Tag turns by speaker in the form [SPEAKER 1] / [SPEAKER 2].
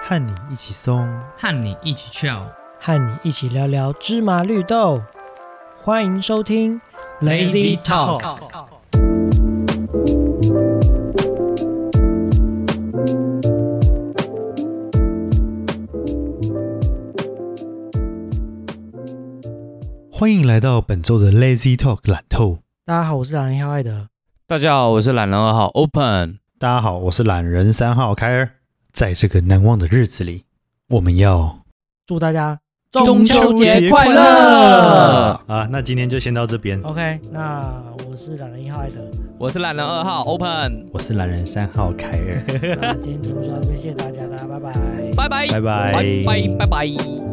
[SPEAKER 1] 和你一起松，
[SPEAKER 2] 和你一起 chill。
[SPEAKER 3] 和你一起聊聊芝麻绿豆。欢迎收听
[SPEAKER 2] Lazy Talk。
[SPEAKER 1] 欢迎来到本周的 Lazy Talk 懒透。
[SPEAKER 3] 大家好，我是蓝一号艾德。
[SPEAKER 4] 大家好，我是懒人二号 Open。
[SPEAKER 1] 大家好，我是懒人三号凯尔。在这个难忘的日子里，我们要
[SPEAKER 3] 祝大家
[SPEAKER 4] 中秋节快乐
[SPEAKER 1] 啊！那今天就先到这边。
[SPEAKER 3] OK，那我是懒人一号艾德。
[SPEAKER 4] 我是懒人二号 Open，
[SPEAKER 1] 我是懒人三号凯尔，
[SPEAKER 3] 那今天节目就到这边，谢谢大家，大家拜拜。
[SPEAKER 4] 拜拜
[SPEAKER 1] 拜拜
[SPEAKER 4] 拜拜拜拜。